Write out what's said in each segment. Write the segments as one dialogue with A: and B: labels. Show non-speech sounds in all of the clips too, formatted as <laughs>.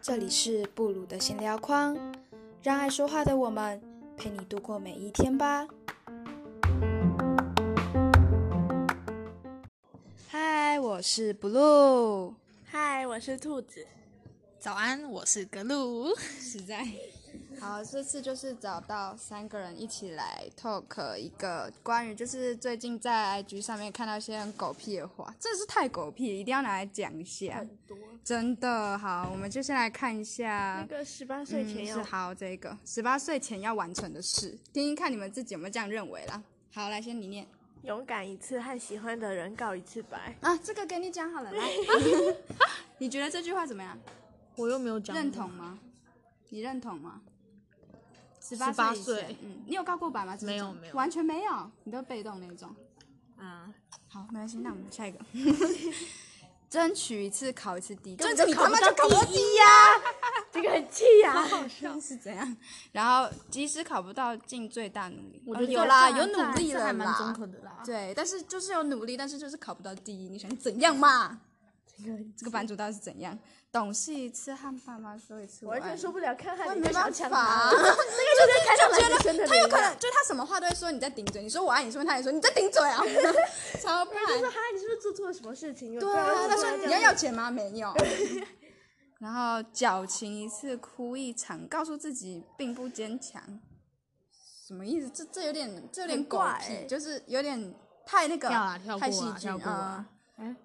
A: 这里是布鲁的闲聊框，让爱说话的我们陪你度过每一天吧。嗨，我是布鲁。
B: 嗨，我是兔子。
C: 早安，我是格鲁。
A: 实在。好，这次就是找到三个人一起来 talk 一个关于就是最近在 IG 上面看到一些很狗屁的话，真的是太狗屁了，一定要拿来讲一下。
B: 多
A: 真的好，我们就先来看一
B: 那
A: 下，
B: 个十八岁
A: 嗯、
B: 前要
A: 是好这个十八岁前要完成的事，听听看你们自己有没有这样认为啦。好，来先你念
B: 勇敢一次，和喜欢的人告一次
A: <laughs>
B: 白。
A: 啊，这个跟你讲好了，来， <laughs> 你觉得这句话怎么样？
D: 我又没有讲
A: 认同吗？你认同吗？十
D: 18
A: 以前
D: 岁
A: 嗯，你有告过白吗？
D: 没有
A: 这种
D: 没有
A: 完全没有，你都被动那种。
D: 啊，
A: 好，没关系，那我们下一个， <laughs> 争取一次考一次低，
D: 这
A: 根本
D: 就
A: 你
D: 考
A: 他
D: 不
A: 妈
D: 到
A: 就考不到
D: 第
A: 低呀、
B: 这个很气呀、
A: <laughs> 是怎样？然后即使考不到，尽最大努力。
D: 我
A: 哦
D: 觉得
A: 有
D: 这
A: 啦，
D: 这
A: 有努力
D: 这
A: 了
D: 还蛮中
A: 啦。
D: 肯的
A: <laughs>
D: 啦。
A: 对，但是就是有努力，但是就是考不到第一，你想怎样 <laughs> 嘛？这个版主到底是怎样？懂事一次，和爸妈说一次
B: 我完
A: 爱
B: 全
A: 你
B: 受不了，
A: 我
B: 看看
A: 也
B: 你
A: 没
B: 的小
A: 办
B: 强
A: 法，<laughs>
B: 啊
A: 这！个就是开
B: 到
A: 始
B: 男生的
A: 他有
B: 脸
A: 可
B: 啊
A: 能就是他什么话都会说你在顶嘴，你说我爱你，说他也说你在顶嘴 <laughs> 啊，超怕。
B: 我说哈，你是不是做错了什么事情？
A: 对啊，他说你要要
B: 要
A: 钱吗？没有。 <laughs> 然后矫情一次，哭一场，告诉自己并不坚强，什么意思？这这有点这有点
B: 很
A: 狗
B: 怪
A: 屁，
B: 欸
A: 就是有点太那个
D: 跳啊跳过
A: 太戏
D: 啊
A: 剧嗯
D: 跳过啊，哎，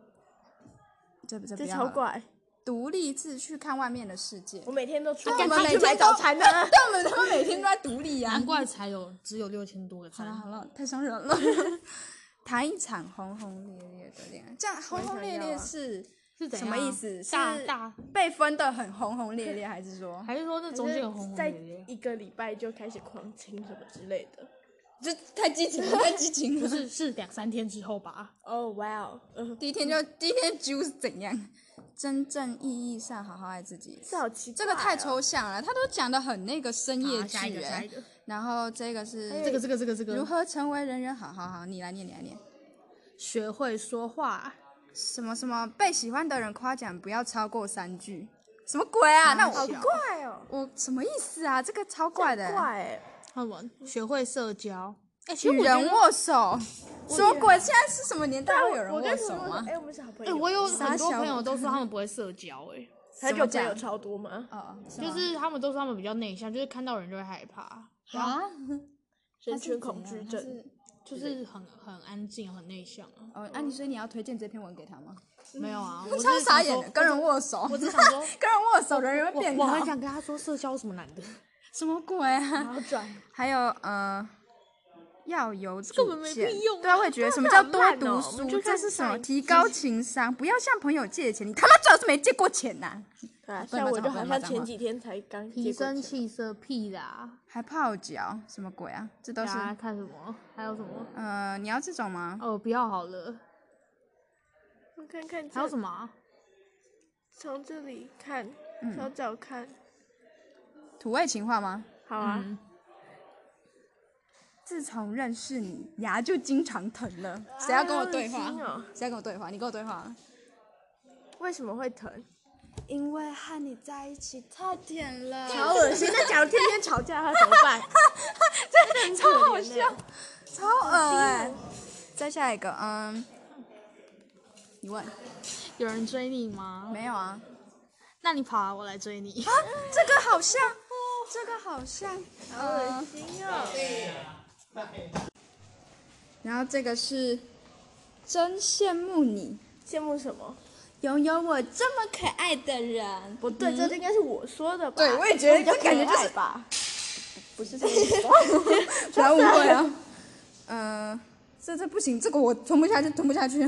A: 这不这不
B: 这
A: 要
B: 超
A: 了
B: 怪。
A: 独立自去看外面的世界
B: 我，每天都出
A: 啊
B: 门
A: 我们每
B: 去买
A: 天
B: 早
A: 都
B: 餐呢。
A: 但我们他们每天都在独立呀
D: 难。怪才有只有六千多个
A: 好了
D: 赞。
A: 好了，太伤人了。 <laughs> 谈一场轰轰烈烈的恋爱，这样轰轰烈烈是
D: 是怎
A: 什
D: 样
A: 么意思？
D: 大
A: 是
D: 大
A: 被分的很轰轰烈烈，还是说
D: 还是说这中间有红红
B: 在
D: 烈烈？
B: 一个礼拜就开始狂亲什么之类的。
A: 就太激情了，太激情
D: 不
A: 了？
D: 是，是两三天之后吧？
B: 哦，哇哦，嗯，
A: 第一天就第一天几乎是怎样？真正意义上好好爱自己一次，
B: 这
D: 啊
B: 好奇怪
A: 这
B: 哦
A: 个太抽象了，他都讲的很那个深夜剧、
D: 好下一个，
A: 欸
D: 下一个，
A: 然后这个是
D: 这个，这个，这个，这
A: 如
D: 个，
A: 何成为人人好好好，你来念，你来念。
D: 学会说话。
A: 什么什么被喜欢的人夸奖不要超过三句，什么鬼啊？那我
D: 好
B: 怪哦，
A: 我什么意思啊？这个超怪欸的、
B: 怪哎，
D: 那我学会社交。哎，其实
A: 与
D: 我觉
A: 人
D: 得，
A: 握手，什么鬼？现在是什么年代会有人
B: 我
A: 握
B: 跟
A: 手
B: 同事说
A: 吗？
B: 哎，我们是好朋
D: 哎，
B: 友。
D: 我有
A: 撒
D: 很多
A: 小
D: 朋友都说他们不会社交，哎，
B: 他
A: 怎么
B: 就朋友
A: 讲
B: 超多吗？
A: 哦，
D: 就
A: 吗
D: 是他们都说他们比较内向，就是看到人就会害怕，
A: 啊，
B: 人
A: 他是
B: 群恐
A: 怎
B: 惧
A: 样
B: 症。。
D: 就是很很安静，很内向啊。
A: 他是哦，安妮，所以你要推荐这篇文给他吗？
D: 没有啊，
A: 我
D: 我
A: 超
D: 只是
A: 傻
D: 想
A: 眼
D: 说
A: 的，跟人握手，
D: 我
A: 跟
D: 只想说，
A: 人握手，人人会变
D: 我我
A: 好
D: 很，想跟他说社交有什么难的，
A: 什么鬼啊？
B: 好转， <laughs>
A: 还有呃，要有主
D: 根本没
A: 见
D: 屁用
A: 对啊，我也觉得什么
B: 这
A: 叫
B: 很
A: 多
B: 烂
A: 读
B: 哦我
A: 书，
B: 们就
A: 这
B: 看
A: 是什
B: 上
A: 么？
B: 一
A: 提
B: 集
A: 高情商，不要向朋友借钱，你他妈最好是没借过钱呐、
B: 对啊，
A: 不能骂
B: 像我
A: 脏
B: 就
A: 话不
B: 好
A: 能骂
B: 像
A: 脏
B: 前
A: 话
B: 几天才刚
D: <laughs> 提
B: 接过钱
D: 升气色屁啊啦，
A: 还泡脚，什么鬼啊？这都
D: 大
A: 是
D: 家看什么？还有什么？
A: 呃，你要这种吗？
D: 哦，不要好了，
B: 我看看
D: 还有什
B: 么？
D: 么啊？
B: 从这里看，
A: 嗯
B: 从脚看，
A: 土味情话吗？
B: 好啊。
D: 嗯
A: 自从认识你，牙就经常疼了。谁要跟我对话
B: 哎好恶心哦？
A: 谁要跟我对话？你跟我对话。啊
B: 为什么会疼？
A: 因为和你在一起太甜了，
B: 好恶心！那假如天天吵架，他怎么 <laughs> 办？欸
A: 超好笑，超恶哎、再下一个，嗯，你问
D: 有人追你吗？
A: 没有啊？
D: 那你跑啊，我来追你。
A: 这个好像，这个好像，呃，
B: 心哦！
A: 然后这个是真羡慕你
B: 羡慕什么？
A: 拥有我这么可爱的人，
B: 不对，这应该是嗯我说的吧？
A: 对我也觉得
B: 比较
A: 这感觉就是
B: 可爱吧。
A: 不是这个，不要误会啊，嗯。这这不行，这个我吞不下去，吞不下去。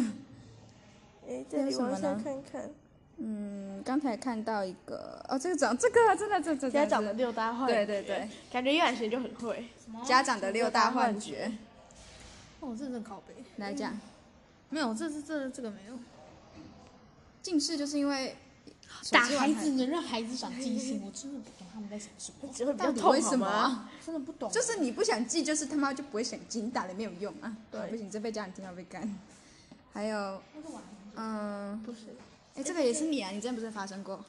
B: 哎，这
A: 有
B: 里
A: 什么
B: 往下
A: 呢
B: 看看，
A: 嗯，刚才看到一个，哦，这个长这个真的这这
B: 家
A: 这
B: 长
A: 这
B: 的六大坏，
A: 对对对，
B: 感觉一眼神就很会。
A: 家长的六大幻觉，
D: 哦，这真拷贝。
A: 来讲，
D: 没有，这是这这个没有。
A: 近视就是因为
D: 打孩子，能让孩子长记 <laughs> 性，我真的不懂他们在想什么，
B: 只会比
A: 到
B: 较
A: 底
B: 痛
A: 为
B: 好
A: 什么
B: 吗？
A: 啊？
D: 真的不懂。
A: 就是你不想记，就是他妈就不会想记，你打了没有用啊！
B: 对
A: 啊不行，这被家长听到被干。还有，嗯，
D: 不是，
A: 哎，这个也是你啊，你之前不是发生过？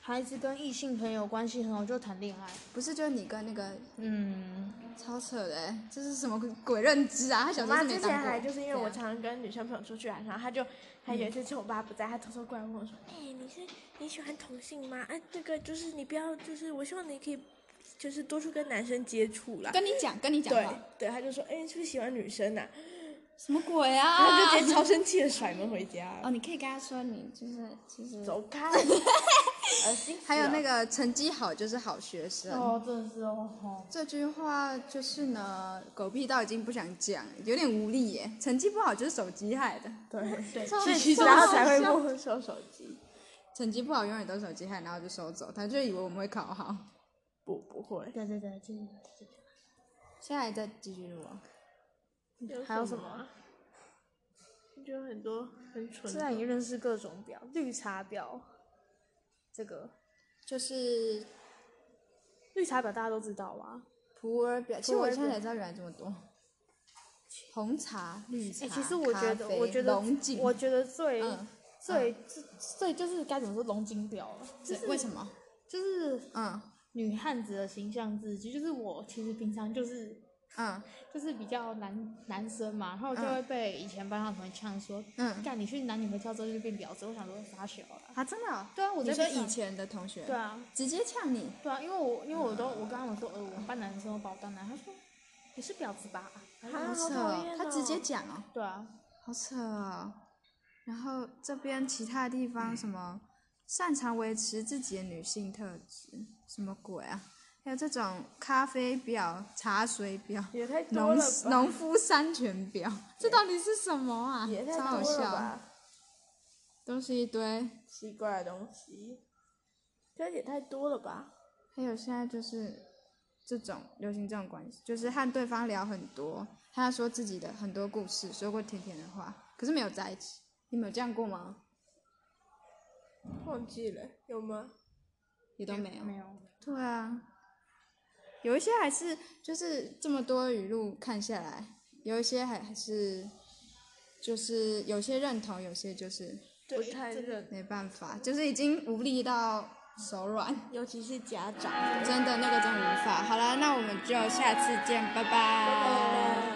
D: 孩子跟异性朋友关系很好就谈恋爱，
A: 不是，就是你跟那个
D: 嗯，
A: 超扯的、欸，这是什么鬼认知啊？他小
B: 我
A: 时候
B: 妈
A: 是没
B: 之前
A: 当
B: 还
A: 过。
B: 就是因为我常常跟女生朋友出去啊，然后她就，她有一次趁我爸不在，她偷偷过来问我说：“哎、你是你喜欢同性吗？哎、这个就是你不要，就是我希望你可以，就是多去跟男生接触啦。”
A: 跟你讲，跟你讲
B: 对
A: 话，
B: 对，她就说：“哎、你是不是喜欢女生呐、
A: 什么鬼
B: 然后就
A: 啊？
B: 直接超生气的甩门回家，
A: 哦，你可以跟他说，你就是其实。
B: 走 <laughs> 开，恶心死了。
A: 还有那个成绩好就是好学生。
E: 哦，真的是哦，
A: 这句话就是呢，狗屁到已经不想讲，有点无力耶。成绩不好就是手机害的，
B: 对对，
A: 超
B: 所以
A: 级
B: 然后
A: 超
B: 才会
A: 好笑
B: 没收手机。
A: 成绩不好永远都是手机害，然后就收走，他就以为我们会考好。
B: 不不会，
D: 对对对，就是这个
A: 现在再继续录啊，
B: 还有什么啊？就有很多很蠢
D: 现在已
B: 的，
D: 经认识各种表，绿茶婊，这个
A: 就是
D: 绿茶婊大家都知道啊。
A: 普洱表，其实我现在才知道原来这么多。红茶、绿茶、
D: 哎、其实我觉
A: 咖
D: 得，
A: 啡
D: 我觉得
A: 龙，井，
D: 我觉得最、
A: 嗯
D: 最最最就是该怎么说龙井婊了，
A: 对为什么？
D: 就是
A: 嗯
D: 女汉子的形象自居。就是我其实平常就是
A: 嗯
D: 就是比较男男生嘛，然后就会被以前班上同学呛说，
A: 嗯
D: 干你去男女合校之后就变婊子，我想说傻小了。
A: 啊，真的哦、
D: 对啊，我
A: 你
D: 在
A: 说
D: 班上
A: 以前的同学，
D: 对啊，
A: 直接呛你，
D: 对啊，因为我因为我都我跟他们说，呃，我们班男生都把我当男，他说你是婊子吧？
B: 啊
A: 好
B: 好
A: 扯
B: 讨
A: 哦
B: 厌，
A: 他直接
B: 哦
A: 讲哦，
D: 对啊，
A: 好扯哦。然后这边其他地方什么擅长维持自己的女性特质，什么鬼啊？还有这种咖啡婊、茶水婊、
B: 也太多
A: 农
B: 了吧，
A: 农夫山泉婊，这到底是什么啊
B: 也？太
A: 超好
B: 多了
A: 笑，
B: 吧，
A: 都是一堆。
B: 奇怪的东西，这也太多了吧。
A: 还有现在就是这种流行这种关系，就是和对方聊很多，他说自己的很多故事，说过甜甜的话，可是没有在一起。你们有这样过吗？
B: 忘记了有吗？
A: 也都没有。
D: 没有。
A: 对啊，有一些还是就是这么多语录看下来，有一些还还是就是有些认同，有些就是
B: 不太认，
A: 没办法，就是已经无力到手软，
B: 尤其是家长。 <laughs>
A: 真的那个真无法。好了，那我们就下次见，拜拜